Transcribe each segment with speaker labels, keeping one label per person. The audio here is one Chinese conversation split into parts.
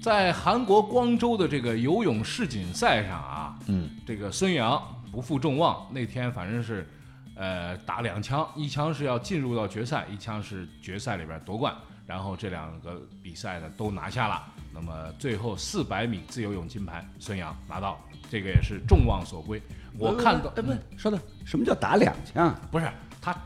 Speaker 1: 在韩国光州的这个游泳世锦赛上啊，
Speaker 2: 嗯，
Speaker 1: 这个孙杨不负众望，那天反正是，呃，打两枪，一枪是要进入到决赛，一枪是决赛里边夺冠，然后这两个比赛呢都拿下了。那么最后四百米自由泳金牌，孙杨拿到，这个也是众望所归。我看到，
Speaker 2: 哎，不
Speaker 1: 嗯
Speaker 2: 是，稍等，什么叫打两枪？啊
Speaker 1: 不是他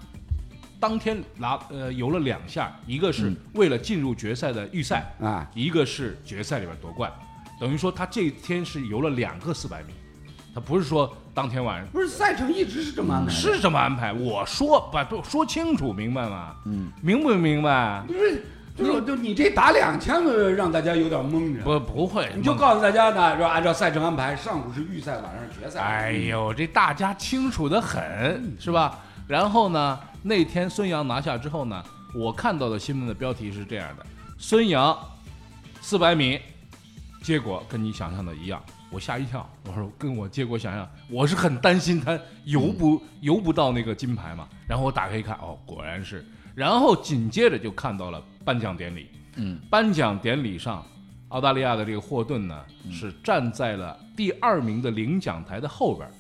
Speaker 1: 当天拿呃游了两下，一个是为了进入决赛的预赛，
Speaker 2: 啊，
Speaker 1: 一个是决赛里边夺冠，等于说他这一天是游了两个四百米，他不是说当天晚上
Speaker 2: 不是赛程一直是这么安排的，
Speaker 1: 是这么安排。我说把不说清楚，明白吗？嗯，明不明白？
Speaker 2: 不是？就是就你这打两枪，呃让大家有点懵着。
Speaker 1: 不不会，
Speaker 2: 你就告诉大家呢，说按照赛程安排，上午是预赛，晚上是决赛。
Speaker 1: 哎呦，这大家清楚的很，是吧？然后呢，那天孙杨拿下之后呢，我看到的新闻的标题是这样的：孙杨四百米，结果跟你想象的一样，我吓一跳。我说跟我结果想象，我是很担心他游不、游不到那个金牌嘛。然后我打开一看，哦，果然是。然后紧接着就看到了颁奖典礼，
Speaker 2: 嗯，
Speaker 1: 颁奖典礼上，澳大利亚的这个霍顿呢
Speaker 3: 嗯
Speaker 1: 是站在了第二名的领奖台的后边儿，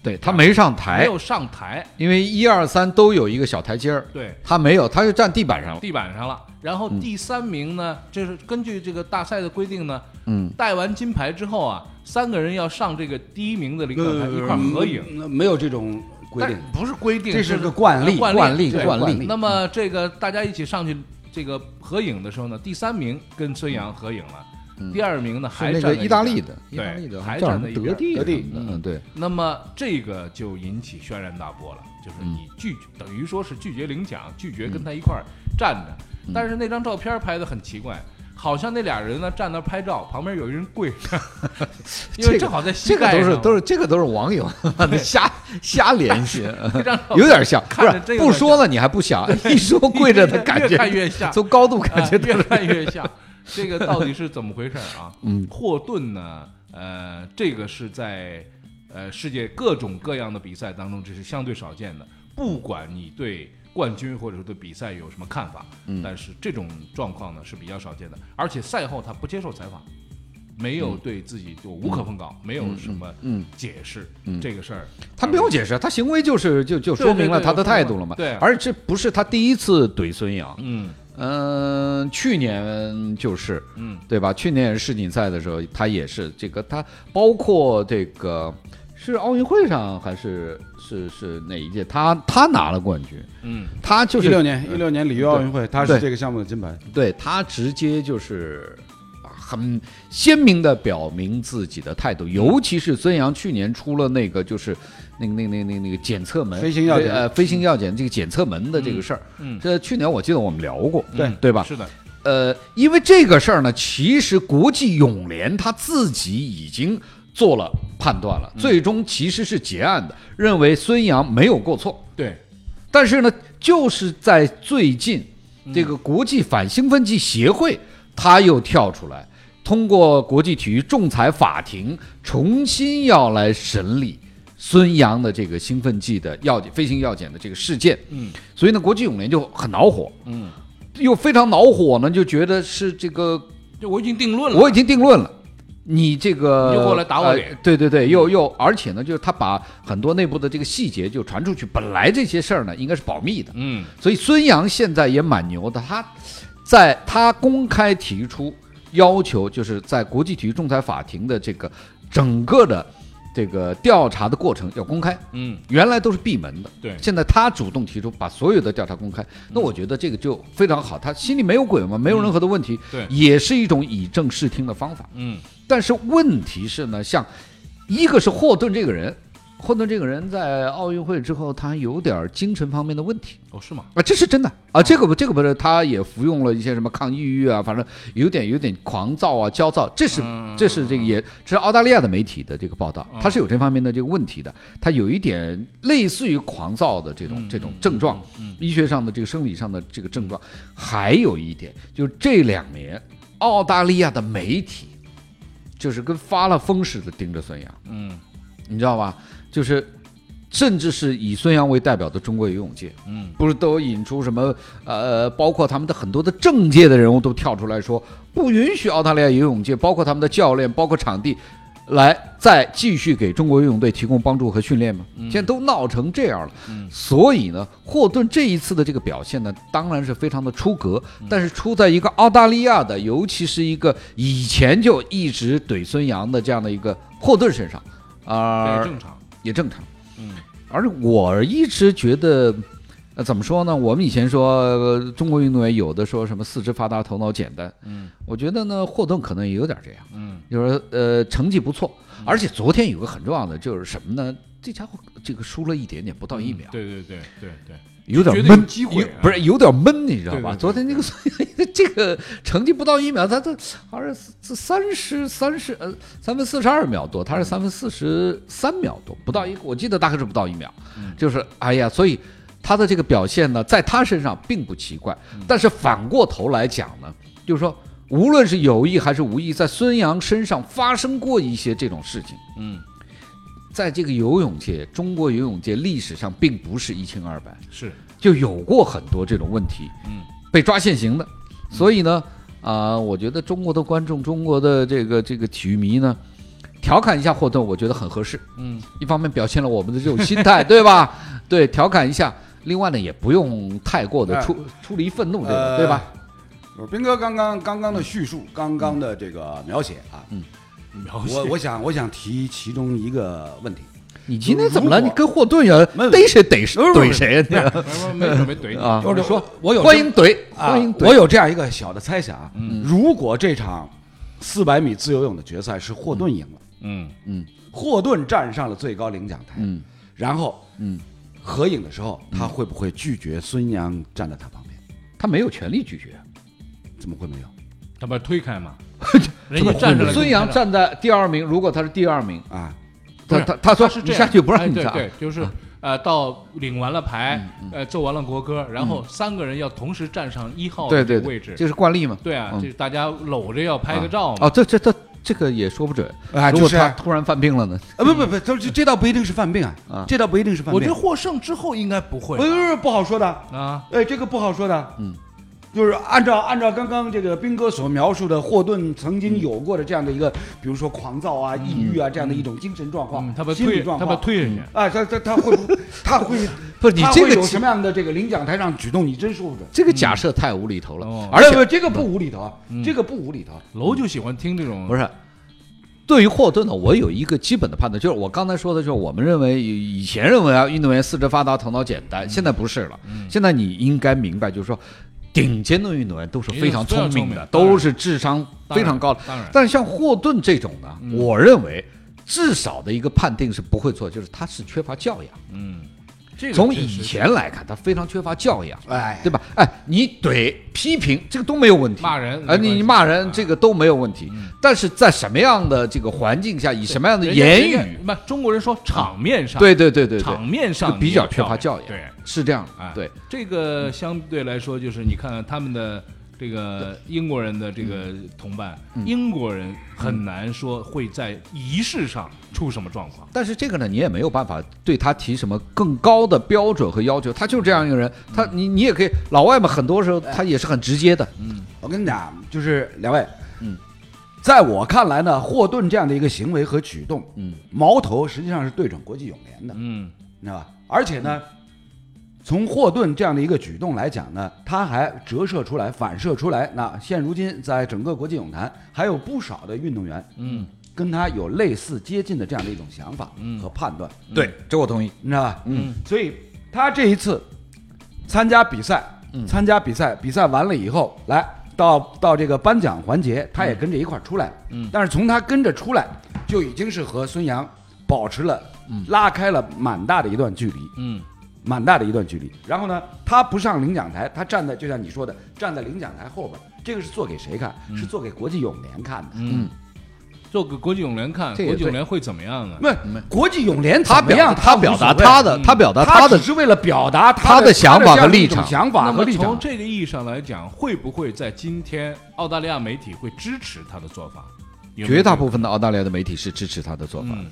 Speaker 3: 对他没上
Speaker 1: 没
Speaker 3: 台，
Speaker 1: 有上台，
Speaker 3: 因为一二三都有一个小台阶儿，
Speaker 1: 对，
Speaker 3: 他没有，他就站地板上了。嗯
Speaker 1: 地板上了。然后第三名呢，这是根据这个大赛的规定呢，
Speaker 3: 嗯，
Speaker 1: 带完金牌之后啊，三个人要上这个第一名的领奖台一块儿合
Speaker 3: 嗯
Speaker 1: 影。
Speaker 2: 呃，没有这种规
Speaker 1: 但
Speaker 2: 定，
Speaker 1: 不是规定，
Speaker 2: 这是个惯例
Speaker 1: 惯
Speaker 3: 惯例
Speaker 1: 对
Speaker 3: 惯例
Speaker 1: 那么这个大家一起上去这个合影的时候呢，第三名跟孙杨合影了，第二名呢
Speaker 3: 嗯是
Speaker 1: 还
Speaker 3: 那
Speaker 1: 站
Speaker 3: 个
Speaker 1: 在
Speaker 3: 意大
Speaker 1: 一
Speaker 3: 利
Speaker 1: 边
Speaker 3: 的，意大利的
Speaker 1: 对还
Speaker 3: 叫什
Speaker 1: 站
Speaker 3: 么
Speaker 1: 在一
Speaker 3: 德
Speaker 1: 边
Speaker 3: 地，
Speaker 2: 德地
Speaker 3: 嗯，对，
Speaker 1: 那么这个就引起轩然大波了，就是
Speaker 3: 嗯
Speaker 1: 你拒，等于说是拒绝领奖，拒绝跟他一块儿站着。
Speaker 3: 嗯
Speaker 1: 但是那张照片拍的很奇怪，好像那俩人呢站那儿拍照，旁边有一人跪 着，因为正好在膝
Speaker 3: 这个
Speaker 1: 盖
Speaker 3: 都
Speaker 1: 上
Speaker 3: 是
Speaker 1: 嘛。
Speaker 3: 都是这个都是网 友瞎瞎联系，嗯
Speaker 1: 这张照片
Speaker 3: 有点像，不
Speaker 1: 看着真
Speaker 3: 是
Speaker 1: 有
Speaker 3: 不
Speaker 1: 点
Speaker 3: 说了你还不想，一说跪着的感
Speaker 1: 越看
Speaker 3: 觉，
Speaker 1: 越像，
Speaker 3: 从高度感觉
Speaker 1: 啊
Speaker 3: 到
Speaker 1: 越看越像。这个到底是怎么回事儿啊？
Speaker 3: 嗯，
Speaker 1: 霍顿呢？呃，这个是在呃世界各种各样的比赛当中，这是相对少见的。不管你对冠军或者说对比赛有什么看法，
Speaker 3: 嗯
Speaker 1: 但是这种状况呢是比较少见的。而且赛后他不接受采访，没有对自己就无可奉告，没有什么
Speaker 3: 嗯，
Speaker 1: 解释、
Speaker 3: 嗯
Speaker 1: 这个事儿。
Speaker 3: 他没有解释，他行为就是就就说明了
Speaker 1: 对对对
Speaker 3: 他的态度了嘛。
Speaker 1: 对
Speaker 3: 而这不是他第一次怼孙杨，
Speaker 1: 嗯
Speaker 3: 嗯，去年就是，
Speaker 1: 嗯，
Speaker 3: 对吧？去年世锦赛的时候，他也是这个，他包括这个是奥运会上还是是是哪一届？他他拿了冠军，
Speaker 1: 嗯，
Speaker 3: 他就
Speaker 2: 一
Speaker 3: 是
Speaker 2: 六年一六年里约奥运会，他是
Speaker 3: 对
Speaker 2: 这个项目的金牌。
Speaker 3: 对他直接就是啊很鲜明的表明自己的态度，尤其是孙杨去年出了那个就是那个那个那个那个那个检测门
Speaker 2: 飞行药检
Speaker 3: 呃飞行药检这个检测门的这个事儿，
Speaker 1: 嗯嗯
Speaker 3: 这去年我记得我们聊过，
Speaker 1: 嗯
Speaker 3: 对吧？
Speaker 1: 是的，
Speaker 3: 呃，因为这个事儿呢，其实国际泳联他自己已经做了判断了，最终其实是结案的，认为孙杨没有过错。
Speaker 1: 对，
Speaker 3: 但是呢，就是在最近，这个国际反兴奋剂协会他又跳出来，通过国际体育仲裁法庭重新要来审理孙杨的这个兴奋剂的药检、飞行药检的这个事件。
Speaker 1: 嗯
Speaker 3: 所以呢，国际泳联就很恼火，
Speaker 1: 嗯，
Speaker 3: 又非常恼火呢，就觉得是这个
Speaker 1: 就我已经定论了。
Speaker 3: 我已经定论了。你这个
Speaker 1: 你又过来打我脸嗯
Speaker 3: 呃对对对，又又，而且呢，就是他把很多内部的这个细节就传出去。本来这些事儿呢，应该是保密的，
Speaker 1: 嗯
Speaker 3: 所以孙杨现在也蛮牛的，他在他公开提出要求，就是在国际体育仲裁法庭的这个整个的这个调查的过程要公开，
Speaker 1: 嗯，
Speaker 3: 原来都是闭门的，
Speaker 1: 对
Speaker 3: 现在他主动提出把所有的调查公开，那我觉得这个就非常好，他心里没有鬼嘛，没有任何的问题，
Speaker 1: 对
Speaker 3: 也是一种以正视听的方法。
Speaker 1: 嗯
Speaker 3: 但是问题是呢，像一个是霍顿这个人，霍顿这个人在奥运会之后，他有点儿精神方面的问题。
Speaker 1: 哦，是吗？
Speaker 3: 啊，这是真的啊，这个不，这个不是，他也服用了一些什么抗抑郁啊，反正有点有点狂躁啊、焦躁，这是这是这个也这是澳大利亚的媒体的这个报道，他是有这方面的这个问题的，他有一点类似于狂躁的这种这种症状，医学上的这个生理上的这个症状，还有一点就是这两年澳大利亚的媒体就是跟发了疯似的盯着孙杨，
Speaker 1: 嗯
Speaker 3: 你知道吧？就是甚至是以孙杨为代表的中国游泳界，
Speaker 1: 嗯，
Speaker 3: 不是都引出什么呃，包括他们的很多的政界的人物都跳出来说，不允许澳大利亚游泳界，包括他们的教练，包括场地，来再继续给中国游泳队提供帮助和训练吗？现在都闹成这样了，
Speaker 1: 嗯
Speaker 3: 所以呢，霍顿这一次的这个表现呢，当然是非常的出格，
Speaker 1: 嗯
Speaker 3: 但是出在一个澳大利亚的，尤其是一个以前就一直怼孙杨的这样的一个霍顿身上，啊、
Speaker 1: 这个正常，
Speaker 3: 也正常。
Speaker 1: 嗯
Speaker 3: 而我一直觉得，呃，怎么说呢？我们以前说、呃中国运动员有的说什么四肢发达头脑简单，
Speaker 1: 嗯
Speaker 3: 我觉得呢，霍顿可能也有点这样，
Speaker 1: 嗯
Speaker 3: 就是说呃成绩不错，而且昨天有个很重要的就是什么呢？这家伙这个输了一点点，不到一秒，
Speaker 1: 嗯对对对对对，
Speaker 3: 有点
Speaker 1: 觉得有
Speaker 3: 闷，
Speaker 1: 机会
Speaker 3: 有
Speaker 1: 啊
Speaker 3: 不是有点闷，你知道
Speaker 1: 对对
Speaker 3: 吧？
Speaker 1: 对
Speaker 3: 昨天那个 这个成绩不到一秒，他这好像是三十三十呃三分四十二秒多，他是三分四十三秒多，不到一，我记得大概是不到一秒，
Speaker 1: 嗯
Speaker 3: 就是哎呀，所以他的这个表现呢，在他身上并不奇怪，
Speaker 1: 嗯
Speaker 3: 但是反过头来讲呢，就是说。无论是有意还是无意，在孙杨身上发生过一些这种事情，
Speaker 1: 嗯
Speaker 3: 在这个游泳界，中国游泳界历史上并不是一清二白。
Speaker 1: 是，
Speaker 3: 就有过很多这种问题
Speaker 1: 嗯
Speaker 3: 被抓现行的，所以呢，啊、我觉得中国的观众、中国的这个这个体育迷呢，调侃一下霍顿，我觉得很合适。
Speaker 1: 嗯
Speaker 3: 一方面表现了我们的这种心态， 对吧？对，调侃一下。另外呢，也不用太过的
Speaker 2: 哎
Speaker 3: 出、出离愤怒，这个、
Speaker 2: 呃
Speaker 3: 对吧？
Speaker 2: 就是斌哥刚刚刚刚的叙述，刚刚的这个描写啊，
Speaker 1: 描写
Speaker 2: 我我想我想提其中一个问题，
Speaker 3: 你今天怎么了？
Speaker 2: 如
Speaker 3: 你
Speaker 2: 果
Speaker 3: 跟霍顿呀，
Speaker 2: 没有
Speaker 3: 逮谁逮谁
Speaker 2: 不是不是
Speaker 3: 怼谁呀？
Speaker 1: 没没没准备怼
Speaker 3: 你
Speaker 1: 你，
Speaker 3: 啊，
Speaker 2: 就是说我有
Speaker 3: 欢迎怼，
Speaker 2: 啊
Speaker 3: 欢迎怼。
Speaker 2: 我有这样一个小的猜想啊，如果这场四百米自由泳的决赛是霍顿赢了，
Speaker 1: 嗯
Speaker 2: 霍顿站上了最高领奖台，
Speaker 3: 嗯
Speaker 2: 然后
Speaker 3: 嗯，
Speaker 2: 合影的时候，他会不会拒绝孙杨站在他旁边？
Speaker 3: 他没有权利拒绝。
Speaker 2: 怎么会没有？
Speaker 1: 他把他推开 嘛，人家站着来，
Speaker 3: 孙杨站在第二名，如果他是第二名，
Speaker 2: 啊，
Speaker 1: 不
Speaker 3: 他
Speaker 1: 是
Speaker 3: 他他说
Speaker 1: 是这
Speaker 3: 你
Speaker 1: 样
Speaker 3: 下去不让
Speaker 1: 哎
Speaker 3: 你嗯
Speaker 1: 对
Speaker 3: 下，
Speaker 1: 对，就是呃，到领完了牌，
Speaker 3: 嗯
Speaker 1: 呃，奏完了国歌，然后三个人要同时站上一号的哦这
Speaker 3: 对对
Speaker 1: 个位
Speaker 3: 对
Speaker 1: 置，
Speaker 3: 这是惯例嘛。
Speaker 1: 对啊，
Speaker 3: 嗯
Speaker 1: 就是大家搂着要拍个照嘛，哎
Speaker 3: 哦，这这这这个也说不准。
Speaker 2: 啊
Speaker 3: 如果
Speaker 2: 就是
Speaker 3: 他突然犯病了呢？
Speaker 2: 啊，不不不，这这倒不一定是犯病
Speaker 3: 啊
Speaker 2: 啊，这倒不一定是犯
Speaker 1: 我
Speaker 2: 病。
Speaker 1: 觉得获胜之后应该不会
Speaker 2: 不
Speaker 3: 哎
Speaker 1: 吧
Speaker 2: 不不不好说的，
Speaker 1: 啊，
Speaker 2: 哎，这个不好说的。
Speaker 3: 嗯，
Speaker 2: 就是按照按照刚刚这个斌哥所描述的，霍顿曾
Speaker 3: 嗯
Speaker 2: 经有过的这样的一个，比如说狂躁啊、抑郁啊这样的一种精神状况
Speaker 1: 嗯，他把
Speaker 2: 心
Speaker 1: 推
Speaker 2: 理状
Speaker 1: 他
Speaker 2: 况。
Speaker 1: 把推人家，
Speaker 3: 嗯
Speaker 2: 啊，他他他会不他会
Speaker 3: 不 是你
Speaker 2: 他
Speaker 3: 这
Speaker 2: 会
Speaker 3: 个
Speaker 2: 有
Speaker 3: 假
Speaker 2: 什么样的这个领奖台上举动，你真说不准。
Speaker 3: 这个假设太无厘头了，
Speaker 1: 嗯哦
Speaker 3: 而
Speaker 2: 不
Speaker 3: 且嗯
Speaker 2: 不这个不无厘头啊，这个不无厘头。
Speaker 1: 楼就喜欢听这种
Speaker 3: 不是。对于霍顿呢，我有一个基本的判断，就是我刚才说的，就是我们认为以以前认为啊，运动员四肢发达，头脑简
Speaker 1: 嗯
Speaker 3: 单，现在不是了。现在你应该明白，就是说，顶尖的运动员都是非常聪明
Speaker 1: 非
Speaker 3: 的，
Speaker 1: 常聪明当然
Speaker 3: 都是智商非常高的。
Speaker 1: 当然，
Speaker 3: 但是像霍顿这种呢，
Speaker 1: 嗯
Speaker 3: 我认为至少的一个判定是不会错，就是他是缺乏教养。
Speaker 1: 嗯，这个
Speaker 3: 从
Speaker 1: 确
Speaker 3: 以
Speaker 1: 实嗯
Speaker 3: 前来看，他非常缺乏教养，
Speaker 2: 哎，
Speaker 3: 对吧？哎，你怼、批评这个都没有问题，
Speaker 1: 骂人没
Speaker 3: 哎，
Speaker 1: 关
Speaker 3: 你
Speaker 1: 系嗯
Speaker 3: 你骂人这个都没有问题。但是在什么样的这个环境下，以什么样的
Speaker 1: 人家
Speaker 3: 言
Speaker 1: 人
Speaker 3: 语啊
Speaker 1: 家，不，中国人说场面上，
Speaker 3: 对对对对对
Speaker 1: 场，面
Speaker 3: 就
Speaker 1: 上
Speaker 3: 比
Speaker 1: 你
Speaker 3: 较
Speaker 1: 有
Speaker 3: 缺乏
Speaker 1: 教
Speaker 3: 教
Speaker 1: 养
Speaker 3: 养，
Speaker 1: 对，
Speaker 3: 是这样
Speaker 1: 啊
Speaker 3: 的，对，
Speaker 1: 这个相对来说，就是你看看他们的这个英国人的这个
Speaker 3: 嗯
Speaker 1: 同伴，英国人很难说会在仪式上出什么状况。
Speaker 3: 但是这个呢，你也没有办法对他提什么更高的标准和要求，他就是这样一个人。他你你也可以，老外嘛，很多时候
Speaker 1: 哎
Speaker 3: 他也是很直接的。
Speaker 2: 我跟你讲，就是两位，
Speaker 3: 嗯，
Speaker 2: 在我看来呢，霍顿这样的一个行为和举动，
Speaker 3: 嗯，
Speaker 2: 矛头实际上是对准国际泳联的，
Speaker 1: 嗯
Speaker 2: 你知道吧？而且呢，从霍顿这样的一个举动来讲呢，他还折射出来、反射出来，那现如今在整个国际泳坛还有不少的运动员
Speaker 1: 嗯
Speaker 2: 跟他有类似接近的这样的一种想法
Speaker 1: 嗯
Speaker 2: 和判断，
Speaker 3: 对，这我同意。
Speaker 2: 你知道吧？
Speaker 1: 嗯
Speaker 2: 所以他这一次参加比赛，
Speaker 3: 嗯
Speaker 2: 参加比赛，比赛完了以后，来到到这个颁奖环节，他也跟着一块儿出来。
Speaker 1: 嗯
Speaker 2: 但是从他跟着出来，就已经是和孙杨保持了、
Speaker 3: 嗯
Speaker 2: 拉开了蛮大的一段距离，
Speaker 1: 嗯
Speaker 2: 蛮大的一段距离。然后呢，他不上领奖台，他站在就像你说的，站在领奖台后边。这个是做给谁看？
Speaker 3: 嗯
Speaker 2: 是做给国际泳联看的。
Speaker 1: 嗯，做给国际泳联看，
Speaker 3: 这也
Speaker 1: 国际泳
Speaker 3: 对
Speaker 1: 联会怎么样啊呢？
Speaker 2: 那、国际泳联
Speaker 3: 他
Speaker 2: 怎么
Speaker 3: 表
Speaker 2: 样？
Speaker 3: 嗯他
Speaker 2: 无
Speaker 3: 表达
Speaker 2: 所谓
Speaker 3: 他的，他表达他的
Speaker 2: 只是为了表达
Speaker 3: 他的
Speaker 2: 的
Speaker 3: 想法
Speaker 2: 他的这
Speaker 3: 和
Speaker 2: 样的
Speaker 3: 立
Speaker 2: 一种
Speaker 3: 场
Speaker 2: 想
Speaker 1: 那
Speaker 2: 法和
Speaker 1: 么
Speaker 2: 立
Speaker 1: 从
Speaker 2: 场。
Speaker 1: 这个意义上来讲，会不会在今天澳大利亚媒体会支持他的做法？有没有
Speaker 3: 绝大部分的澳大利亚的媒体是支持他的做法的
Speaker 1: 嗯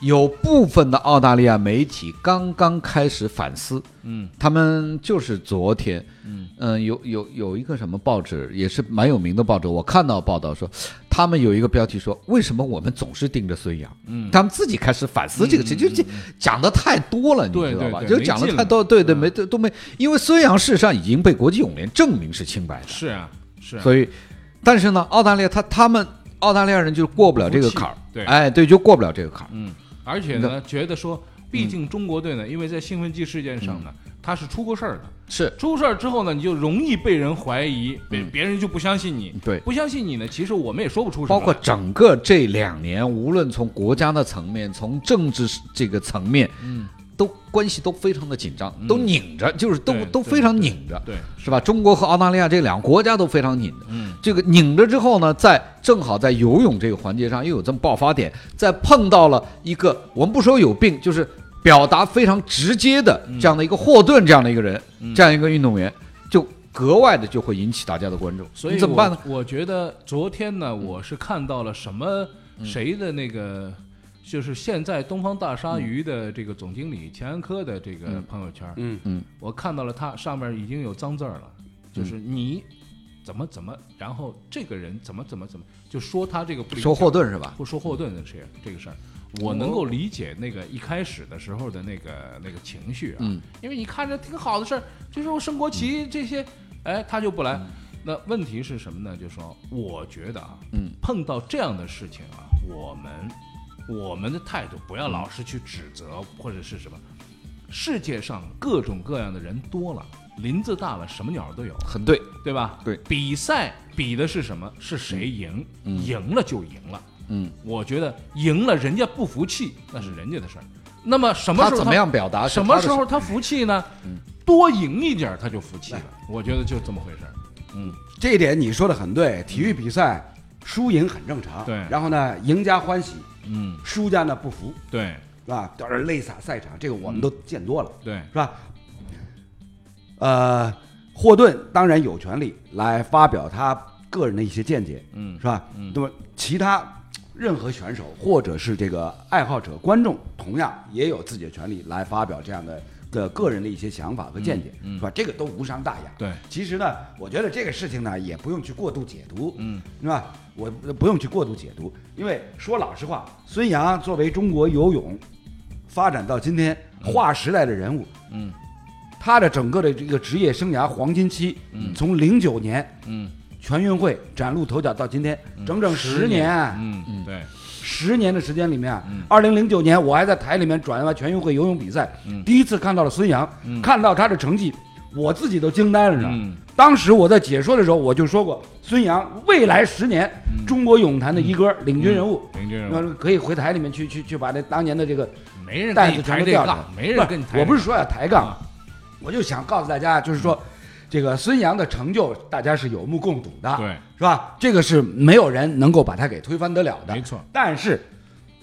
Speaker 3: 有部分的澳大利亚媒体刚刚开始反思，
Speaker 1: 嗯，
Speaker 3: 他们就是昨天，
Speaker 1: 嗯
Speaker 3: 有有有一个什么报纸也是蛮有名的报纸，我看到报道说，他们有一个标题说，为什么我们总是盯着孙杨？
Speaker 1: 嗯，
Speaker 3: 他们自己开始反思这个事情，就这讲的太多了，你
Speaker 1: 对
Speaker 3: 知道吧？
Speaker 1: 对对
Speaker 3: 就
Speaker 1: 没
Speaker 3: 讲的
Speaker 1: 劲
Speaker 3: 太
Speaker 1: 了
Speaker 3: 多，对对，
Speaker 1: 嗯
Speaker 3: 没都都没，因为孙杨事实上已经被国际泳联证明是清白的。
Speaker 1: 是啊是啊，
Speaker 3: 所以，但是呢，澳大利亚他他们澳大利亚人就过不了这个坎儿，
Speaker 1: 对
Speaker 3: 哎，对，就过不了这个坎儿，
Speaker 1: 嗯，而且呢，觉得说，
Speaker 3: 嗯
Speaker 1: 毕竟中国队呢，因为在兴奋剂事件上呢，他是出过事儿的。
Speaker 3: 是
Speaker 1: 出事儿之后呢，你就容易被人怀疑，别别人就不相信你，
Speaker 3: 嗯对。
Speaker 1: 不相信你呢，其实我们也说不出什么
Speaker 3: 包
Speaker 1: 来。
Speaker 3: 括整个这两年，无论从国家的层面，从政治这个层面，
Speaker 1: 嗯，
Speaker 3: 都关系都非常的紧张，都拧着，就是都
Speaker 1: 对
Speaker 3: 都
Speaker 1: 对
Speaker 3: 非常
Speaker 1: 对
Speaker 3: 拧着，
Speaker 1: 对，
Speaker 3: 是吧？中国和澳大利亚这两个国家都非常拧着。
Speaker 1: 嗯
Speaker 3: 这个拧着之后呢，在正好在游泳这个环节上又有这么爆发点，再碰到了一个我们不说有病，就是表达非常直接的这样的一个霍顿这样的一个人，
Speaker 1: 嗯
Speaker 3: 这样一个运动员，就格外的就会引起大家的关注。
Speaker 1: 所
Speaker 3: 你
Speaker 1: 以
Speaker 3: 怎么办呢？嗯
Speaker 1: 我？我觉得昨天呢，我是看到了什么谁的那个，就是现在东方大
Speaker 3: 嗯
Speaker 1: 鲨鱼的这个总经理钱安科的这个朋友圈儿，
Speaker 2: 嗯
Speaker 1: 我看到了他上面已经有脏字儿了，就是你怎么怎么，然后这个人怎么怎么怎么，就说他这个不理
Speaker 3: 说
Speaker 1: 解
Speaker 3: 霍顿是吧？
Speaker 1: 不说霍顿的事这个事儿，我能够理解那个一开始的时候的那个那个情绪啊，
Speaker 3: 嗯
Speaker 1: 因为你看着挺好的事儿，就是我升国旗这些，哎，他就不来。
Speaker 3: 嗯
Speaker 1: 那问题是什么呢？就说我觉得啊，
Speaker 3: 嗯，
Speaker 1: 碰到这样的事情啊，我们我们的态度不
Speaker 3: 嗯
Speaker 1: 要老是去指责或者是什么。世界上各种各样的人多了，林子大了，什么鸟儿都有。
Speaker 3: 很对，
Speaker 1: 对吧？
Speaker 3: 对
Speaker 1: 比赛比的是什么？是谁
Speaker 2: 嗯
Speaker 1: 赢？赢了就赢了。
Speaker 3: 嗯，
Speaker 1: 我觉得赢了人家不服气，那是人家的事儿。
Speaker 2: 嗯
Speaker 1: 那么什么
Speaker 3: 他
Speaker 1: 时候
Speaker 3: 怎么样表达？
Speaker 1: 什么时？候他服气呢？
Speaker 2: 嗯
Speaker 1: 多赢一点儿他就服气了。我觉得就这么回事儿。
Speaker 2: 这一点你说的很对，体育比赛输赢很正常。
Speaker 1: 对
Speaker 2: 然后呢，赢家欢喜，
Speaker 1: 嗯，
Speaker 2: 输家呢不服，
Speaker 1: 对
Speaker 2: 是吧？当然泪洒赛场，这个我们都见多了，
Speaker 1: 对，
Speaker 2: 是吧？呃，霍顿当然有权利来发表他个人的一些见解，
Speaker 1: 嗯
Speaker 2: 是吧？那么其他任何选手或者是这个爱好者、观众，同样也有自己的权利来发表这样的的个人的一些想法和见解，
Speaker 1: 嗯
Speaker 2: 是吧？这个都无伤大雅。
Speaker 1: 对，
Speaker 2: 其实呢，我觉得这个事情呢，也不用去过度解读，
Speaker 1: 嗯，
Speaker 2: 是吧？我呃不用去过度解读，因为说老实话，孙杨作为中国游泳发展到今天划时代的人物，
Speaker 1: 嗯
Speaker 2: 他的整个的这个职业生涯黄金期，
Speaker 1: 嗯
Speaker 2: 从零九年
Speaker 1: 嗯
Speaker 2: 全运会崭露头角到今天，整整十
Speaker 1: 十
Speaker 2: 年，啊
Speaker 1: 嗯，对，
Speaker 2: 十年的时间里面啊，二零零九年我还在台里面转完全运会游泳比赛，
Speaker 1: 嗯
Speaker 2: 第一次看到了孙杨，看到他的成绩，我自己都惊呆了呢。
Speaker 1: 嗯
Speaker 2: 当时我在解说的时候，我就说过，孙杨未来十年、
Speaker 1: 嗯
Speaker 2: 中国泳坛的一哥、领军人物，
Speaker 1: 林俊
Speaker 2: 那
Speaker 1: 荣，
Speaker 2: 可以回台里面去去去把那当年的这个
Speaker 1: 没人
Speaker 2: 带
Speaker 1: 跟你
Speaker 2: 子
Speaker 1: 抬
Speaker 2: 全都
Speaker 1: 这
Speaker 2: 掉出来
Speaker 1: 杠，没人跟你
Speaker 2: 啊不是
Speaker 1: 抬。
Speaker 2: 我不是说要抬杠
Speaker 1: 啊，嗯
Speaker 2: 我就想告诉大家，就是说，这个孙杨的成就，大家是有目共睹的，
Speaker 1: 对，
Speaker 2: 是吧？这个是没有人能够把他给推翻得了的，
Speaker 1: 没错。
Speaker 2: 但是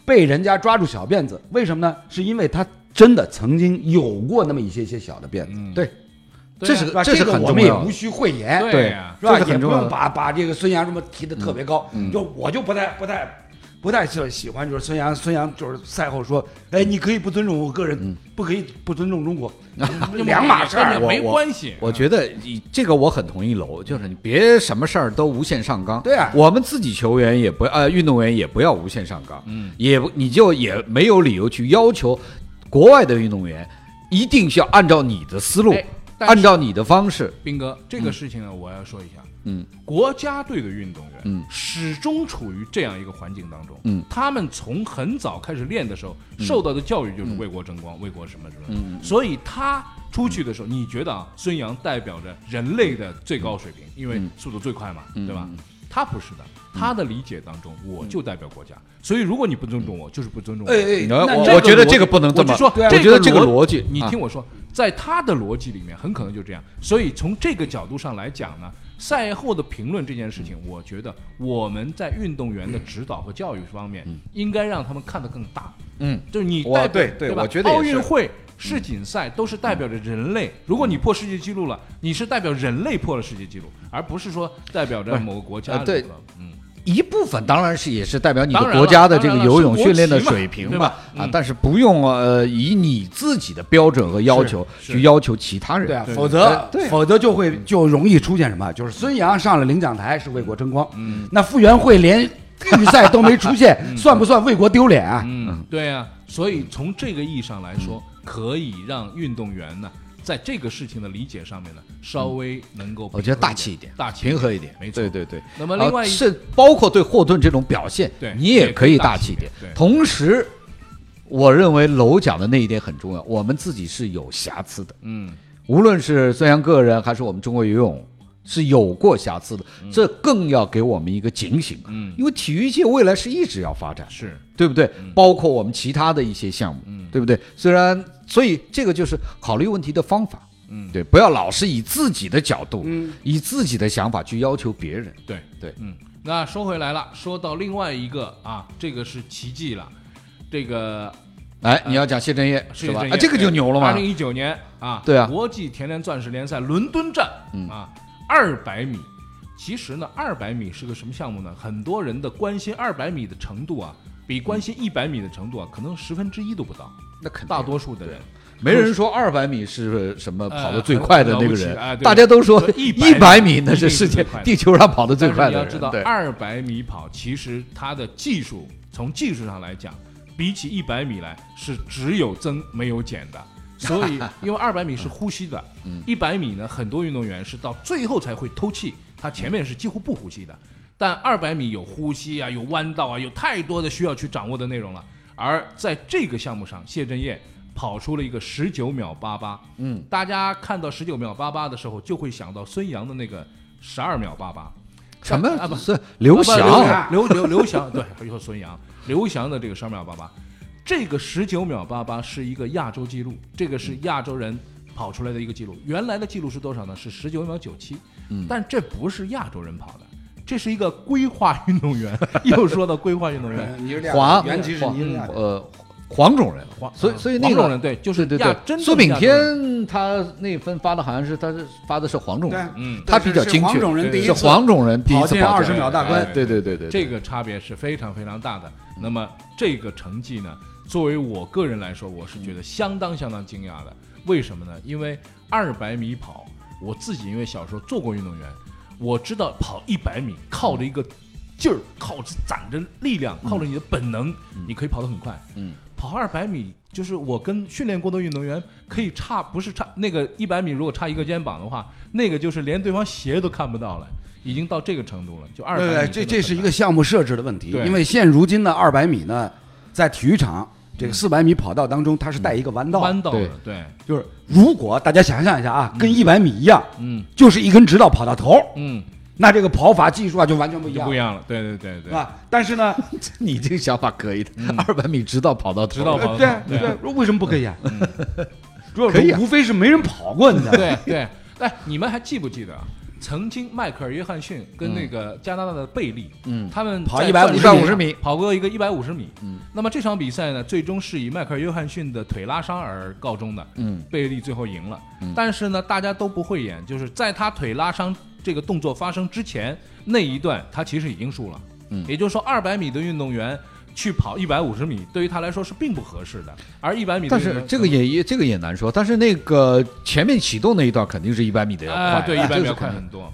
Speaker 2: 被人家抓住小辫子，为什么呢？是因为他真的曾经有过那么一些些小的辫子，
Speaker 1: 嗯
Speaker 3: 对，
Speaker 1: 对啊
Speaker 3: 这
Speaker 1: 呀
Speaker 3: 是
Speaker 2: 是吧？
Speaker 3: 这
Speaker 2: 这
Speaker 3: 是
Speaker 2: 个
Speaker 3: 很
Speaker 2: 我
Speaker 3: 重
Speaker 2: 们也
Speaker 3: 要
Speaker 2: 无
Speaker 3: 的。
Speaker 2: 需讳言，
Speaker 1: 对哎呀
Speaker 2: 是吧？
Speaker 3: 这是
Speaker 2: 也
Speaker 3: 很
Speaker 2: 不
Speaker 3: 重要
Speaker 2: 用
Speaker 3: 的。
Speaker 2: 把把这个孙杨什么提的特别高，
Speaker 3: 嗯
Speaker 2: 就我就不太不太不太喜喜欢，就是孙杨，孙杨就是赛后说，哎，你可以不尊重我个人，
Speaker 3: 嗯
Speaker 2: 不可以不尊重 中国，两码事儿
Speaker 1: 跟你。没
Speaker 3: 我我
Speaker 1: 关系。
Speaker 3: 我觉得你这个我很同意楼，就是你别什么事儿都无限上纲。
Speaker 2: 对啊
Speaker 3: 我们自己球员也不呃运动员也不要无限上纲，嗯，也不你就也没有理由去要求国外的运动员一定是要按照你的思路，
Speaker 1: 哎但是
Speaker 3: 按照你的方式。
Speaker 1: 斌哥，这个事情呢，我要说一下。
Speaker 3: 嗯，
Speaker 1: 国家队的运动员，
Speaker 3: 嗯
Speaker 1: 始终处于这样一个环境当中。
Speaker 3: 嗯，
Speaker 1: 他们从很早开始练的时候，受到的教育就是为国争光，为国什么什么。嗯，所以他出去的时候，你觉得啊，孙杨代表着人类的最高水平，因为速度最快嘛，对吧？他不是的，他的理解当中，我就代表国家。所以，如果你不尊重我，就是不尊重我。
Speaker 2: 哎哎，
Speaker 3: 然后
Speaker 2: 那
Speaker 3: 我
Speaker 2: 这
Speaker 3: 呃我觉得这
Speaker 1: 逻
Speaker 3: 个不能这么
Speaker 1: 我就说
Speaker 2: 对啊
Speaker 3: 我觉得这个
Speaker 1: 逻
Speaker 3: 逻辑
Speaker 1: 你
Speaker 3: 啊
Speaker 1: 听我说，在他的逻辑里面，很可能就这样。所以从这个角度上来讲呢，赛后的评论这件事情，我觉得我们在运动员的指导和教育方面，应该让他们看得更大。
Speaker 3: 嗯，
Speaker 1: 就是你
Speaker 3: 我
Speaker 1: 代表
Speaker 3: 嗯对对
Speaker 1: 对吧？
Speaker 3: 我觉得也
Speaker 1: 奥
Speaker 3: 是嗯
Speaker 1: 运会、世锦赛都是代表着人类。如果你破世界纪录了，你是代表人类破了世界纪录，而不是说代表着某个国家
Speaker 3: 呃对
Speaker 1: 如何嗯，
Speaker 3: 一部分当然是也是代表你的
Speaker 1: 当然了
Speaker 3: 国家的这个
Speaker 1: 当然了
Speaker 3: 游泳
Speaker 1: 是
Speaker 3: 训练的
Speaker 1: 国旗嘛
Speaker 3: 水平
Speaker 1: 对吧
Speaker 3: 啊，但是不用呃以你自己的标准和要求
Speaker 1: 是
Speaker 3: 去要求其他人。
Speaker 2: 对啊，否则
Speaker 3: 对
Speaker 2: 否则就会就容易出现什么，就是孙杨上了领奖台是为国争光，嗯，那傅园慧连预赛都没 出现，
Speaker 3: 嗯
Speaker 2: 算不算为国丢脸啊？
Speaker 1: 嗯，对呀、所以从这个意义上来
Speaker 3: 嗯
Speaker 1: 说，可以让运动员呢，在这个事情的理解上面呢，稍微能够
Speaker 3: 我觉得
Speaker 1: 平衡
Speaker 3: 大气一点，
Speaker 1: 大气
Speaker 3: 平和一点，
Speaker 1: 没错
Speaker 3: 对对对。
Speaker 1: 那么另外
Speaker 3: 啊
Speaker 1: 一
Speaker 3: 是包括对霍顿这种表现，
Speaker 1: 对
Speaker 3: 你也可以大气一点
Speaker 1: 也可以大气一点对。
Speaker 3: 同时，我认为楼讲的那一点很重要，我们自己是有瑕疵的，
Speaker 1: 嗯
Speaker 3: 无论是孙杨个人还是我们中国游泳。是有过瑕疵的，这更要给我们一个警醒，
Speaker 1: 嗯
Speaker 3: 因为体育界未来是一直要发展，
Speaker 1: 是
Speaker 3: 对不对？
Speaker 1: 嗯
Speaker 3: 包括我们其他的一些项目，对不对？虽然，所以这个就是考虑问题的方法，
Speaker 1: 嗯
Speaker 3: 对，不要老是以自己的角度，以自己的想法去要求别人，
Speaker 1: 对
Speaker 3: 对
Speaker 1: 嗯。那说回来了，说到另外一个啊，这个是奇迹了，这个
Speaker 3: 哎，
Speaker 1: 啊
Speaker 3: 你要讲谢震业
Speaker 1: 是
Speaker 3: 是吧？啊，这个就牛了
Speaker 1: 二
Speaker 3: 嘛
Speaker 1: 零！一九年啊，
Speaker 3: 对啊嗯
Speaker 1: 国际田联钻石联赛伦敦站啊，二百米。其实呢，二百米是个什么项目呢？很多人的关心二百米的程度啊，比关心一百米的程度啊，可能十分之一都不到。
Speaker 3: 那肯定
Speaker 1: 大多数的人，
Speaker 3: 没人说二百米是什么
Speaker 1: 呃
Speaker 3: 跑得最快的那
Speaker 1: 很
Speaker 3: 个
Speaker 1: 了不起
Speaker 3: 人，
Speaker 1: 啊对
Speaker 3: 大家都说
Speaker 1: 100
Speaker 3: 一百米那是世
Speaker 1: 一定是最
Speaker 3: 界
Speaker 1: 快的
Speaker 3: 地球上跑得最快
Speaker 1: 但是你
Speaker 3: 的
Speaker 1: 要知道
Speaker 3: 人。，对，
Speaker 1: 二百米跑其实它的技术，从技术上来讲，比起一百米来是只有增没有减的。所 以，因为二百
Speaker 3: 嗯
Speaker 1: 米是呼吸的，一百米呢，很多运动员是到最后才会透气，他前面是几乎不呼吸的。但二百米有呼吸啊，有弯道啊，有太多的需要去掌握的内容了。而在这个项目上，谢震业跑出了一个十九秒八八。嗯，大家看到十九秒八八的时候，就会想到孙杨的那个十二秒八八。
Speaker 3: 什么
Speaker 1: 啊不
Speaker 3: 是刘翔？
Speaker 1: 啊不刘刘刘翔，对，还有孙杨，刘翔的这个十二秒八八，这个十九秒八八是一个亚洲纪录，这个是亚洲人跑出来的一个记录。原来的记录是多少呢？是十九秒九七，
Speaker 3: 嗯
Speaker 1: 但这不是亚洲人跑的，这是一个规划运动员。 又说到规划运动员，
Speaker 2: 嗯你是
Speaker 3: 黄
Speaker 2: 原籍是
Speaker 3: 黄
Speaker 2: 你是这样
Speaker 3: 呃黄种人，
Speaker 1: 黄
Speaker 3: 所以
Speaker 1: 啊
Speaker 3: 所以
Speaker 1: 黄
Speaker 3: 那
Speaker 1: 种
Speaker 3: 个
Speaker 1: 人对，就
Speaker 3: 就是对
Speaker 1: 亚
Speaker 3: 对
Speaker 1: 真正
Speaker 3: 对，苏炳
Speaker 1: 亚洲人，
Speaker 3: 添他那分发的好像是他是发的是黄种
Speaker 2: 对
Speaker 3: 人，，
Speaker 1: 嗯
Speaker 3: 他比较精
Speaker 2: 这是黄
Speaker 3: 确
Speaker 2: 种人第一，
Speaker 3: 是
Speaker 2: 次
Speaker 3: 黄种人第一
Speaker 2: 跑
Speaker 3: 次
Speaker 2: 进
Speaker 3: 跑
Speaker 2: 二
Speaker 3: 进
Speaker 2: 十
Speaker 3: 来
Speaker 2: 秒大
Speaker 1: 哎
Speaker 2: 关，
Speaker 3: 对对对对，对
Speaker 1: 这个差别是非常非常大的。那么这个成绩呢，作为我个人来说，我是觉得相当相当惊讶的。为什么呢？因为二百米跑，我自己因为小时候做过运动员，我知道跑一百米靠着一个劲儿，靠着攒着力量，
Speaker 2: 嗯
Speaker 1: 靠着你的本能，你可以跑得很快。
Speaker 3: 嗯，
Speaker 1: 跑二百米就是我跟训练过的运动员可以差，不是差那个一百米，如果差一个肩膀的话，那个就是连对方鞋都看不到了，已经到这个程度了。就二百
Speaker 2: 对
Speaker 1: 米真
Speaker 2: 对，
Speaker 1: 的
Speaker 2: 这
Speaker 1: 很
Speaker 2: 这是一
Speaker 1: 难
Speaker 2: 个项目设置的问题，
Speaker 1: 对
Speaker 2: 因为现如今的二百米呢，在体育场这个四百米跑道当中，它是带一个弯道，
Speaker 1: 弯道的
Speaker 3: 对
Speaker 1: 对，
Speaker 2: 就是如果大家想象一下啊，跟一百米一样，
Speaker 1: 嗯
Speaker 2: 就是一根直道跑到头，
Speaker 1: 嗯，
Speaker 2: 那这个跑法技术啊就完全不一
Speaker 1: 就
Speaker 2: 样
Speaker 1: 不一，样了，对对对
Speaker 2: 是
Speaker 1: 对，
Speaker 2: 吧？但是呢，
Speaker 3: 你这个想法可以的，
Speaker 2: 嗯
Speaker 3: 二百米直到跑到头
Speaker 1: 直到跑
Speaker 2: 呃
Speaker 1: 到
Speaker 2: 对
Speaker 1: 对嗯
Speaker 2: 对，为什么不可以啊？主要
Speaker 3: 可以啊
Speaker 2: 是无非是没人跑过，你知道吗？
Speaker 1: 对对，哎，你们还记不记得啊？曾经迈克尔·约翰逊跟那个加拿大的贝利，
Speaker 3: 嗯
Speaker 1: 他们
Speaker 2: 嗯跑
Speaker 1: 在
Speaker 2: 150
Speaker 1: 钻石
Speaker 3: 150米
Speaker 1: 跑过一个一百五十米。嗯，那么这场比赛呢，最终是以迈克尔·约翰逊的腿拉伤而告终的。
Speaker 3: 嗯，
Speaker 1: 贝利最后赢了。但是呢，大家都不会演，就是在他腿拉伤这个动作发生之前那一段，他其实已经输了。
Speaker 3: 嗯
Speaker 1: 也就是说，二百米的运动员去跑一百五十米，对于他来说是并不合适的。而一百米的
Speaker 3: 但
Speaker 1: 运动员，
Speaker 3: 是这个也也这个也难说，但是那个前面启动那一段肯定是一百米的要快，
Speaker 2: 啊
Speaker 3: 啊
Speaker 1: 哎，对，一百
Speaker 3: 这
Speaker 1: 米
Speaker 3: 是
Speaker 1: 要快
Speaker 3: 肯定
Speaker 1: 很多。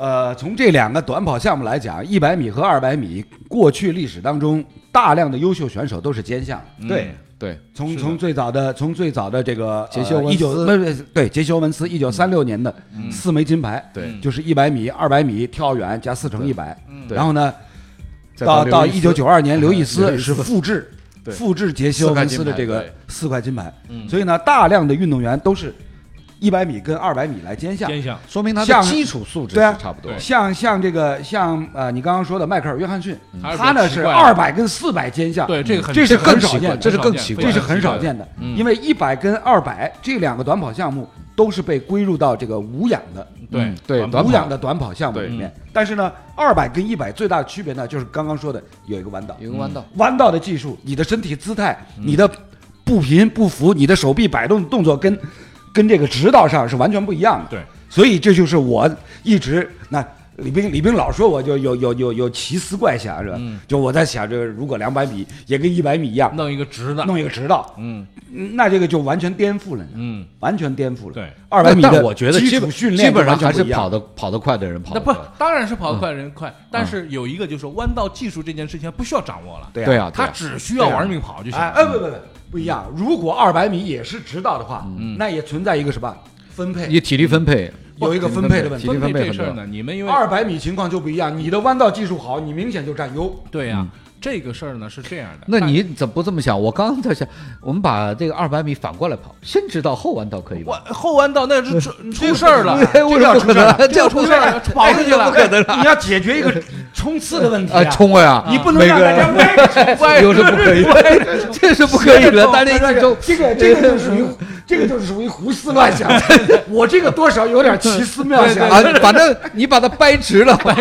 Speaker 2: 呃，从这两个短跑项目来讲，一百米和二百米，过去历史当中大量的优秀选手都是兼项，
Speaker 1: 嗯
Speaker 3: 对对，
Speaker 2: 从
Speaker 1: 是的
Speaker 2: 从最早的从最早的这个呃
Speaker 3: 杰西欧文
Speaker 2: 一九
Speaker 3: 斯
Speaker 2: 不是对杰西欧文斯一九三六年的
Speaker 1: 嗯
Speaker 2: 四枚金牌，
Speaker 3: 对
Speaker 2: 就是一百米、二百米跳远加四乘一百，
Speaker 1: 嗯
Speaker 3: 对
Speaker 2: 然后呢，
Speaker 3: 再
Speaker 2: 到
Speaker 3: 刘
Speaker 2: 到
Speaker 3: 易斯
Speaker 2: 一九九二年，刘易
Speaker 3: 刘
Speaker 2: 斯
Speaker 3: 易斯
Speaker 2: 是复制
Speaker 3: 对
Speaker 2: 复制杰西欧文斯的这
Speaker 3: 四块
Speaker 2: 个
Speaker 3: 金牌
Speaker 2: 四块金牌，
Speaker 1: 嗯
Speaker 2: 所以呢，大量的运动员都是一百米跟二百米来兼项。
Speaker 1: 偏向
Speaker 3: 说明他的
Speaker 2: 像
Speaker 3: 基础素质
Speaker 2: 对啊
Speaker 3: 是差不多
Speaker 1: 对，
Speaker 2: 像像这个像呃，你刚刚说的迈克尔·约翰逊，
Speaker 1: 嗯他是
Speaker 2: 他呢
Speaker 1: 奇
Speaker 2: 是
Speaker 1: 怪的
Speaker 2: 二百跟四百兼项，
Speaker 1: 对，这个很
Speaker 2: 这是
Speaker 1: 很
Speaker 2: 更
Speaker 1: 少
Speaker 2: 奇
Speaker 1: 见的，
Speaker 2: 怪这
Speaker 3: 是
Speaker 1: 很
Speaker 3: 更
Speaker 1: 少见
Speaker 3: 奇怪
Speaker 1: 非
Speaker 2: 这是
Speaker 1: 常
Speaker 2: 很
Speaker 1: 奇怪
Speaker 2: 少见的，
Speaker 1: 嗯
Speaker 2: 因为一百跟二百这两个短跑项目都是被归入到这个无氧的
Speaker 1: 对
Speaker 3: 嗯对
Speaker 1: 短
Speaker 3: 短
Speaker 1: 跑嗯
Speaker 2: 无氧的短跑项目里
Speaker 3: 对
Speaker 2: 面。但是呢，二百跟一百最大的区别呢，就是刚刚说的有一个弯道，
Speaker 3: 有个弯道，
Speaker 2: 弯道的技术，你的身体姿态，
Speaker 1: 嗯
Speaker 2: 你的步频不符，你的手臂摆动动作跟跟这个直道上是完全不一样的。
Speaker 1: 对，
Speaker 2: 所以这就是我一直那李冰李冰老说我就有有有有奇思怪想是吧？
Speaker 1: 嗯
Speaker 2: 就我在想着，如果两百米也跟一百米一样，
Speaker 1: 弄一个直的，
Speaker 2: 弄一个直道，
Speaker 1: 嗯
Speaker 2: 那这个就完全颠覆了呢，
Speaker 1: 嗯，
Speaker 2: 完全颠覆了。
Speaker 1: 对
Speaker 2: 二百米
Speaker 3: 但
Speaker 2: 的
Speaker 3: 我觉得
Speaker 2: 基
Speaker 3: 基
Speaker 2: 础
Speaker 3: 本
Speaker 2: 训练
Speaker 3: 基本上还是
Speaker 2: 跑
Speaker 3: 跑得跑得快的嗯人跑
Speaker 1: 那
Speaker 3: 得
Speaker 1: 不
Speaker 3: 快。
Speaker 1: 当然是跑得快人快，但是有一个就是弯道技术这件事情不需要掌握了，
Speaker 2: 对
Speaker 3: 对
Speaker 2: 呀
Speaker 3: 啊，
Speaker 1: 他
Speaker 3: 对啊
Speaker 1: 只需要玩命跑
Speaker 3: 啊
Speaker 1: 就行
Speaker 2: 哎
Speaker 1: 了。
Speaker 2: 哎不不不不一
Speaker 3: 嗯
Speaker 2: 样，如果二百米也是直道的话，那也存在一个什么分
Speaker 3: 你
Speaker 2: 配，
Speaker 3: 体力分配，
Speaker 2: 嗯有一个分配的问
Speaker 3: 体
Speaker 2: 题。
Speaker 1: 分
Speaker 3: 力分配
Speaker 1: 配这
Speaker 3: 很
Speaker 1: 事
Speaker 3: 重
Speaker 1: 儿
Speaker 3: 要
Speaker 1: 呢，你们因为
Speaker 2: 二百米情况就不一样，你的弯道技术好，你明显就占优。
Speaker 1: 对呀，这个事儿呢是这样的。
Speaker 3: 嗯那你怎么不这么想？我刚刚在想，我们把这个二百米反过来跑，先直到后弯道可以
Speaker 1: 我
Speaker 3: 吧？
Speaker 1: 后弯道那是 出出事儿了，
Speaker 3: 哎为什么不可能？
Speaker 1: 这
Speaker 3: 这
Speaker 1: 要
Speaker 3: 要
Speaker 1: 出事
Speaker 3: 出事
Speaker 1: 儿
Speaker 3: 儿
Speaker 1: 了，跑出去了
Speaker 3: 哎
Speaker 1: 哎
Speaker 3: 不。可能
Speaker 2: 啊你要解决一个冲刺的问题
Speaker 3: 啊！冲啊呀！
Speaker 2: 你不能
Speaker 3: 每
Speaker 2: 让
Speaker 3: 个
Speaker 2: 大家
Speaker 3: 人，
Speaker 1: 歪
Speaker 3: 有时不可以，
Speaker 1: 哎
Speaker 3: 这是不可以的。大家一起冲，
Speaker 2: 这个这个就属于 这个就是属于胡思乱想，我这个多少有点奇思妙想。 嗯
Speaker 3: 啊，反正你把它掰直了，
Speaker 1: 哎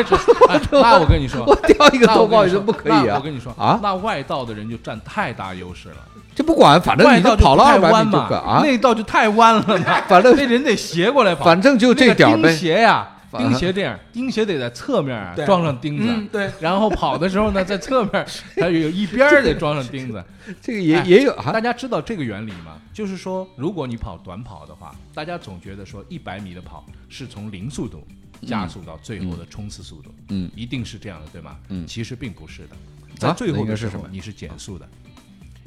Speaker 1: 那我跟你说，
Speaker 3: 我掉一个
Speaker 1: 那
Speaker 3: 头
Speaker 1: 我
Speaker 3: 包
Speaker 1: 跟你
Speaker 3: 也是
Speaker 1: 说
Speaker 3: 不可以
Speaker 1: 那
Speaker 3: 啊
Speaker 1: 我！跟你说
Speaker 3: 啊
Speaker 1: 那外道的人就占太大优势了。
Speaker 3: 这不管，反正
Speaker 1: 外
Speaker 3: 你
Speaker 1: 道
Speaker 3: 都
Speaker 1: 就
Speaker 3: 跑了
Speaker 1: 太
Speaker 3: 二百
Speaker 1: 弯
Speaker 3: 米就
Speaker 1: 嘛，
Speaker 3: 可啊，
Speaker 1: 那道就太弯了 嘛，
Speaker 3: 反正
Speaker 1: 那人得斜过来跑。
Speaker 3: 反正就这点儿
Speaker 1: 那个
Speaker 3: 呗
Speaker 1: 钉。鞋呀，
Speaker 3: 反
Speaker 1: 钉鞋这样，钉鞋得在侧面啊
Speaker 2: 对
Speaker 1: 装上钉
Speaker 2: 嗯
Speaker 1: 子，
Speaker 2: 对，
Speaker 1: 然后跑的时候呢，在侧面 还有一边儿得装上钉子。
Speaker 3: 这个
Speaker 1: 哎
Speaker 3: 也也有
Speaker 1: 大
Speaker 3: 啊，
Speaker 1: 家知道这个原理吗？就是说，如果你跑短跑的话，大家总觉得说一百米的跑是从零速度加速到最后的冲刺速度，
Speaker 3: 嗯，
Speaker 1: 一定是这样的，对吗？
Speaker 3: 嗯啊
Speaker 1: 其实并不是的，在最
Speaker 3: 那
Speaker 1: 后
Speaker 3: 应
Speaker 1: 的
Speaker 3: 该
Speaker 1: 时
Speaker 3: 是
Speaker 1: 候
Speaker 3: 什么
Speaker 1: 你是减速的。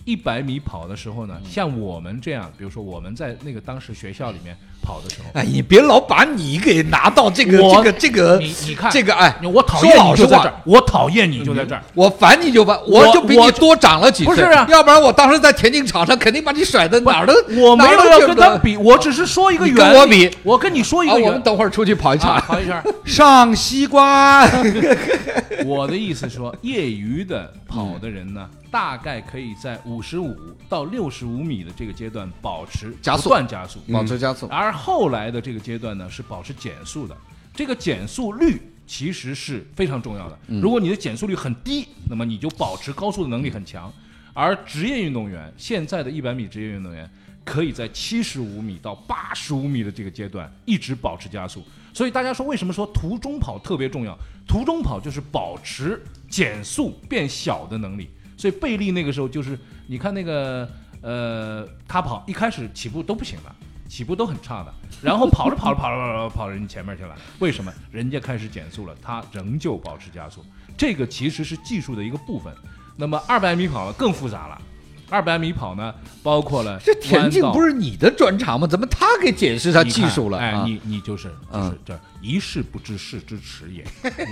Speaker 1: 一百米跑的时候呢，
Speaker 3: 嗯
Speaker 1: 像我们这样，比如说我们在那个当时学校里面跑的时候，
Speaker 3: 哎，你别老把你给拿到这个
Speaker 1: 我
Speaker 3: 这个这个
Speaker 1: 你你看
Speaker 3: 这个哎，
Speaker 1: 我讨厌
Speaker 3: 说
Speaker 1: 你
Speaker 3: 老
Speaker 1: 就
Speaker 3: 实
Speaker 1: 在
Speaker 3: 话嗯
Speaker 1: 这儿，我讨厌你就在这儿。
Speaker 3: 我烦你就烦，
Speaker 1: 我
Speaker 3: 就比
Speaker 1: 我
Speaker 3: 你多长了几岁，
Speaker 1: 不是啊
Speaker 3: 要不然我当时在田径场上肯定把你甩的哪儿都
Speaker 1: 我没
Speaker 3: 哪儿
Speaker 1: 有
Speaker 3: 都
Speaker 1: 要
Speaker 3: 见
Speaker 1: 跟
Speaker 3: 不
Speaker 1: 他
Speaker 3: 得
Speaker 1: 比，我只是说一个
Speaker 3: 你
Speaker 1: 原
Speaker 3: 跟
Speaker 1: 理。
Speaker 3: 我比，
Speaker 1: 我跟你说一
Speaker 3: 啊，
Speaker 1: 个
Speaker 3: 我
Speaker 1: 原
Speaker 3: 们
Speaker 1: 理。
Speaker 3: 等会儿出去跑一场，
Speaker 1: 啊跑一圈儿，
Speaker 3: 上西瓜。
Speaker 1: 我的意思说，业余的跑的人呢，大概可以在五十五到六十五米的这个阶段保持
Speaker 3: 加速
Speaker 1: 不断加速，
Speaker 3: 保持加速
Speaker 1: 而后来的这个阶段呢，是保持减速的。这个减速率其实是非常重要的。如果你的减速率很低，那么你就保持高速的能力很强。而职业运动员，现在的一百米职业运动员，可以在七十五米到八十五米的这个阶段一直保持加速。所以大家说，为什么说途中跑特别重要？途中跑就是保持减速变小的能力。所以贝利那个时候就是，你看那个呃，他跑一开始起步都不行的，起步都很差的，然后跑着跑着跑着跑着跑着跑人家前面去了，为什么？人家开始减速了，他仍旧保持加速，这个其实是技术的一个部分。那么二百米跑了更复杂了，二百米跑呢包括了
Speaker 3: 这田径
Speaker 1: 弯道
Speaker 3: 不是你的专长吗？怎么他给解释他
Speaker 1: 你
Speaker 3: 技
Speaker 1: 看
Speaker 3: 术了
Speaker 1: 哎，
Speaker 3: 啊？
Speaker 1: 你你就是就是
Speaker 3: 嗯
Speaker 1: 这一事不知是之迟也，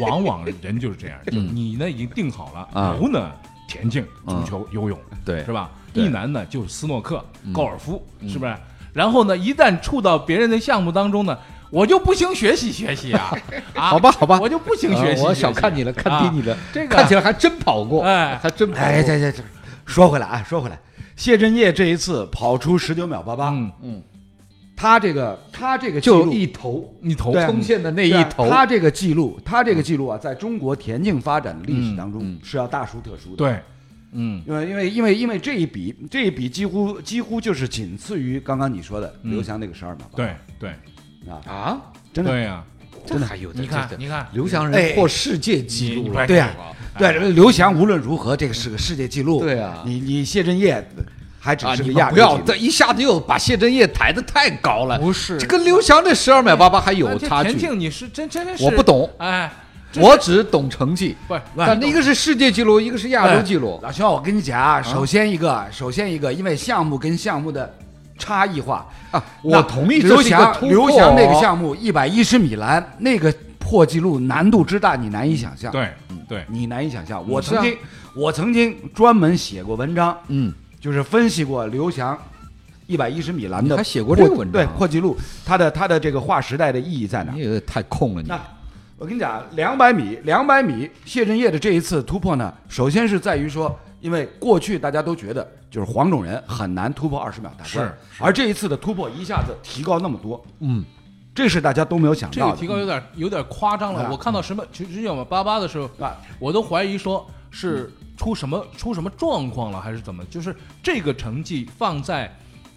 Speaker 1: 往往人就是这样，就你呢已经定好了，
Speaker 3: 嗯啊嗯
Speaker 1: 牛呢田径、足球、游泳，
Speaker 3: 对
Speaker 1: 是吧？
Speaker 3: 对嗯
Speaker 1: 一男呢就是斯诺克、高尔夫，是不是？然后呢，一旦触到别人的项目当中呢，我就不行学习学习 啊，啊
Speaker 3: 好吧好吧
Speaker 1: 我就不行学习，
Speaker 3: 啊我
Speaker 1: 学
Speaker 3: 小
Speaker 1: 习
Speaker 3: 看你了，看低你了
Speaker 1: 啊，这个
Speaker 3: 看起来还真跑过，
Speaker 1: 哎
Speaker 3: 还真跑过。
Speaker 2: 哎，这这这，说回来啊，说回来，谢震业这一次跑出十九秒八八，
Speaker 1: 嗯，
Speaker 2: 他这个他这个
Speaker 3: 就
Speaker 2: 记录
Speaker 3: 一头
Speaker 1: 你投
Speaker 2: 对
Speaker 3: 冲线的那
Speaker 2: 对
Speaker 3: 一
Speaker 2: 啊
Speaker 3: 头，
Speaker 2: 他这个记录，他这个记录啊，在中国田径发展的历史当
Speaker 3: 嗯
Speaker 2: 中是要大书特书的。
Speaker 1: 对，嗯
Speaker 2: 因为因为因为因为这一笔这一笔几乎几乎就是仅次于刚刚你说的
Speaker 3: 嗯
Speaker 2: 刘翔那个十二秒八，
Speaker 1: 对对
Speaker 2: 啊，
Speaker 3: 啊，
Speaker 2: 真的
Speaker 1: 对呀，
Speaker 3: 这还有的
Speaker 1: 你看
Speaker 3: 这这
Speaker 1: 你看
Speaker 3: 刘翔
Speaker 2: 哎
Speaker 3: 人破世界纪
Speaker 1: 你
Speaker 3: 录
Speaker 1: 你
Speaker 3: 了哎
Speaker 1: 快，
Speaker 2: 对呀
Speaker 1: 看我
Speaker 2: 对刘翔无论如何这个是个世界纪录，
Speaker 3: 对啊
Speaker 2: 你你谢震业还只
Speaker 3: 啊！
Speaker 2: 是
Speaker 3: 你
Speaker 2: 个
Speaker 3: 们
Speaker 2: 亚洲
Speaker 3: 不要
Speaker 2: 纪录
Speaker 3: 这一下子又把谢震业抬得太高了，
Speaker 1: 不是
Speaker 3: 这跟
Speaker 2: 啊
Speaker 3: 刘翔这十二秒八八还
Speaker 1: 哎
Speaker 3: 有
Speaker 1: 这
Speaker 3: 差
Speaker 1: 田
Speaker 3: 距。
Speaker 1: 径你是真真真是
Speaker 3: 我不懂，
Speaker 1: 哎，这
Speaker 3: 我只懂成绩，
Speaker 1: 不是
Speaker 3: 但一个是世界纪录，一个是
Speaker 2: 哎
Speaker 3: 亚洲纪录。
Speaker 2: 老兄，我跟你讲啊，首先一个，首先一个，因为项目跟项目的差异化
Speaker 3: 啊我
Speaker 2: 那
Speaker 3: 同意这
Speaker 2: 刘
Speaker 3: 是一个
Speaker 2: 翔，
Speaker 3: 突破
Speaker 2: 刘翔那个项目一百一十米栏那个破纪录难度之大，你难以想象。，
Speaker 1: 对
Speaker 3: 嗯
Speaker 1: 对，
Speaker 2: 你难以想象。我
Speaker 3: 是啊
Speaker 2: 曾经，我曾经专门写过文章，
Speaker 3: 嗯，
Speaker 2: 就是分析过刘翔一百一十米栏
Speaker 3: 你
Speaker 2: 的
Speaker 3: 还写过这个文章
Speaker 2: 对破纪录，它的它的这个划时代的意义在哪
Speaker 3: 你？也太空了，你
Speaker 2: 那我跟你讲，啊两百米，两百米，谢震业的这一次突破呢，首先是在于说，因为过去大家都觉得就是黄种人很难突破二十秒大关，
Speaker 1: 是
Speaker 2: 而这一次的突破一下子提高那么多，
Speaker 3: 嗯，
Speaker 2: 这是大家都没有想
Speaker 1: 这
Speaker 2: 到
Speaker 1: 个
Speaker 2: 的。
Speaker 1: 提高有点有点夸张了。
Speaker 2: 啊
Speaker 1: 我看到什么九九秒八八的时候，
Speaker 2: 啊，
Speaker 1: 我都怀疑说是出什么出什么状况了，还是怎么？就是这个成绩放在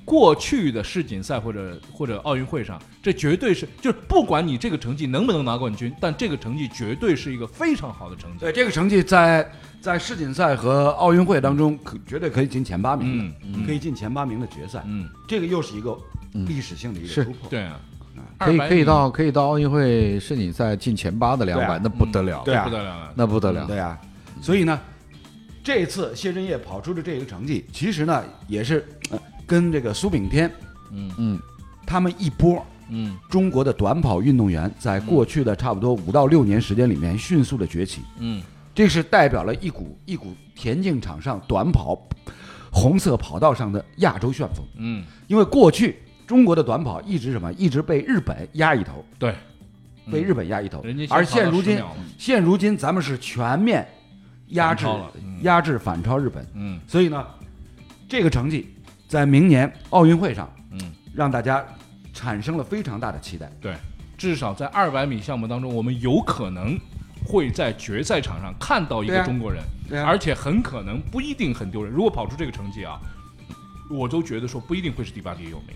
Speaker 1: 过去的世锦赛或者或者奥运会上，这绝对是就是不管你这个成绩能不能拿冠军，但这个成绩绝对是一个非常好的成绩。
Speaker 2: 对这个成绩在在世锦赛和奥运会当中，可绝对可以进前八名的，
Speaker 1: 嗯嗯
Speaker 2: 可以进前八名的决赛。
Speaker 1: 嗯，
Speaker 2: 这个又是一个历史性的一个
Speaker 3: 是
Speaker 2: 突破。
Speaker 1: 对啊，
Speaker 2: 嗯
Speaker 3: 可以
Speaker 1: 200
Speaker 3: 可以到可以到奥运会世锦赛进前八的两
Speaker 2: 对
Speaker 3: 百
Speaker 2: 啊，
Speaker 3: 那不得了，
Speaker 2: 对啊
Speaker 1: 嗯不得了了。
Speaker 3: 那不得了。
Speaker 2: 对啊，所以呢，这一次谢震业跑出的这个成绩，其实呢也是、呃跟这个苏炳添
Speaker 1: 嗯
Speaker 3: 嗯
Speaker 2: 他们一波
Speaker 1: 嗯
Speaker 2: 中国的短跑运动员，在过去的差不多五到六年时间里面迅速的崛起，
Speaker 1: 嗯
Speaker 2: 这是代表了一股一股田径场上短跑红色跑道上的亚洲旋风。
Speaker 1: 嗯，
Speaker 2: 因为过去中国的短跑一直什么，一直被日本压一头，
Speaker 1: 对，嗯
Speaker 2: 被日本压一头，
Speaker 1: 人家
Speaker 2: 而现如
Speaker 1: 10
Speaker 2: 今
Speaker 1: 秒嘛，
Speaker 2: 现如今咱们是全面压制
Speaker 1: 反超了嗯
Speaker 2: 压制反超日本，
Speaker 1: 嗯
Speaker 2: 所以呢，这个成绩在明年奥运会上
Speaker 1: 嗯，
Speaker 2: 让大家产生了非常大的期待。
Speaker 1: 对，至少在二百米项目当中，我们有可能会在决赛场上看到一
Speaker 2: 对
Speaker 1: 个
Speaker 2: 啊
Speaker 1: 中国人，
Speaker 2: 对啊
Speaker 1: 而且很可能不一定很丢人。如果跑出这个成绩啊，我都觉得说不一定会是第八、第九名，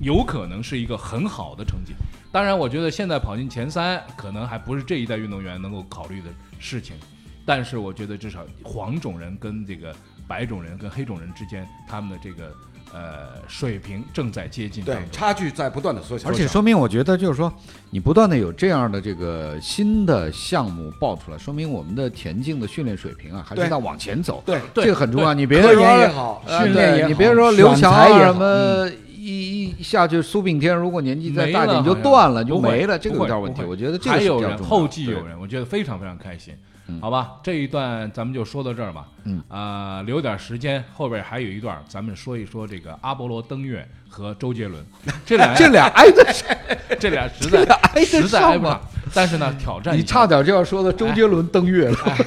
Speaker 1: 有可能是一个很好的成绩。当然，我觉得现在跑进前三可能还不是这一代运动员能够考虑的事情，但是我觉得至少黄种人跟这个白种人跟黑种人之间，他们的这个呃水平正在接近当中。
Speaker 2: 差距在不断的缩小
Speaker 3: 而且说明，我觉得就是说，你不断的有这样的这个新的项目爆出来，说明我们的田径的训练水平啊，还
Speaker 2: 对
Speaker 3: 是在往前走。
Speaker 2: 对
Speaker 1: 对
Speaker 3: 这个很重要。你别
Speaker 2: 科
Speaker 3: 说
Speaker 2: 研也好
Speaker 3: 呃
Speaker 2: 训
Speaker 3: 对
Speaker 2: 练也好
Speaker 3: 你别说刘
Speaker 2: 选
Speaker 3: 翔
Speaker 2: 材也
Speaker 3: 啊
Speaker 2: 好
Speaker 3: 什么一一下就苏炳添，如果年纪再大
Speaker 1: 没了
Speaker 3: 点就
Speaker 1: 好像
Speaker 3: 断了，就
Speaker 1: 不会
Speaker 3: 没了，这个
Speaker 1: 不
Speaker 3: 有
Speaker 1: 会
Speaker 3: 点问题。
Speaker 1: 不会
Speaker 3: 我觉得这个
Speaker 1: 还
Speaker 3: 是
Speaker 1: 有
Speaker 3: 比较
Speaker 1: 人
Speaker 3: 重要
Speaker 1: 后继
Speaker 3: 对
Speaker 1: 有人，我觉得非常非常开心。好吧，这一段咱们就说到这儿吧。
Speaker 3: 嗯，
Speaker 1: 呃，留点时间，后边还有一段，咱们说一说这个阿波罗登月和周杰 伦这俩
Speaker 3: 这俩挨着上，
Speaker 1: 这俩实在
Speaker 3: 这俩挨得
Speaker 1: 实在
Speaker 3: 上
Speaker 1: 挨不
Speaker 3: 吗
Speaker 1: 上，但是呢，挑战
Speaker 3: 你
Speaker 1: 一下
Speaker 3: 差点就要说到周杰伦登月了，
Speaker 1: 哎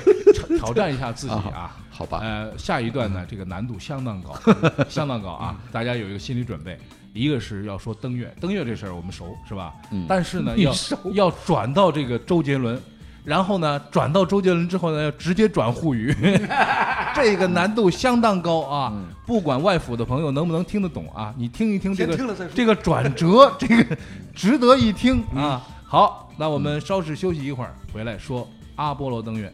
Speaker 1: 挑战一下自己啊。
Speaker 3: 好吧？
Speaker 1: 呃，下一
Speaker 2: 嗯
Speaker 1: 段呢，这个难度相当 高，相当高啊！大家有一个心理准备，一个是要说登月，登月这事儿我们熟是吧？
Speaker 3: 嗯
Speaker 1: 但是呢，
Speaker 3: 你
Speaker 1: 要
Speaker 3: 熟
Speaker 1: 要转到这个周杰伦，然后呢，转到周杰伦之后呢，要直接转沪 语，这个难度相当高啊！
Speaker 2: 嗯
Speaker 1: 不管外府的朋友能不能听得懂啊，你听一听这
Speaker 2: 先
Speaker 1: 个
Speaker 2: 听了再说
Speaker 1: 这个转 折，这个值
Speaker 2: 嗯
Speaker 1: 得一听啊！好，那我们稍事休息一会儿，回来说阿波罗登月。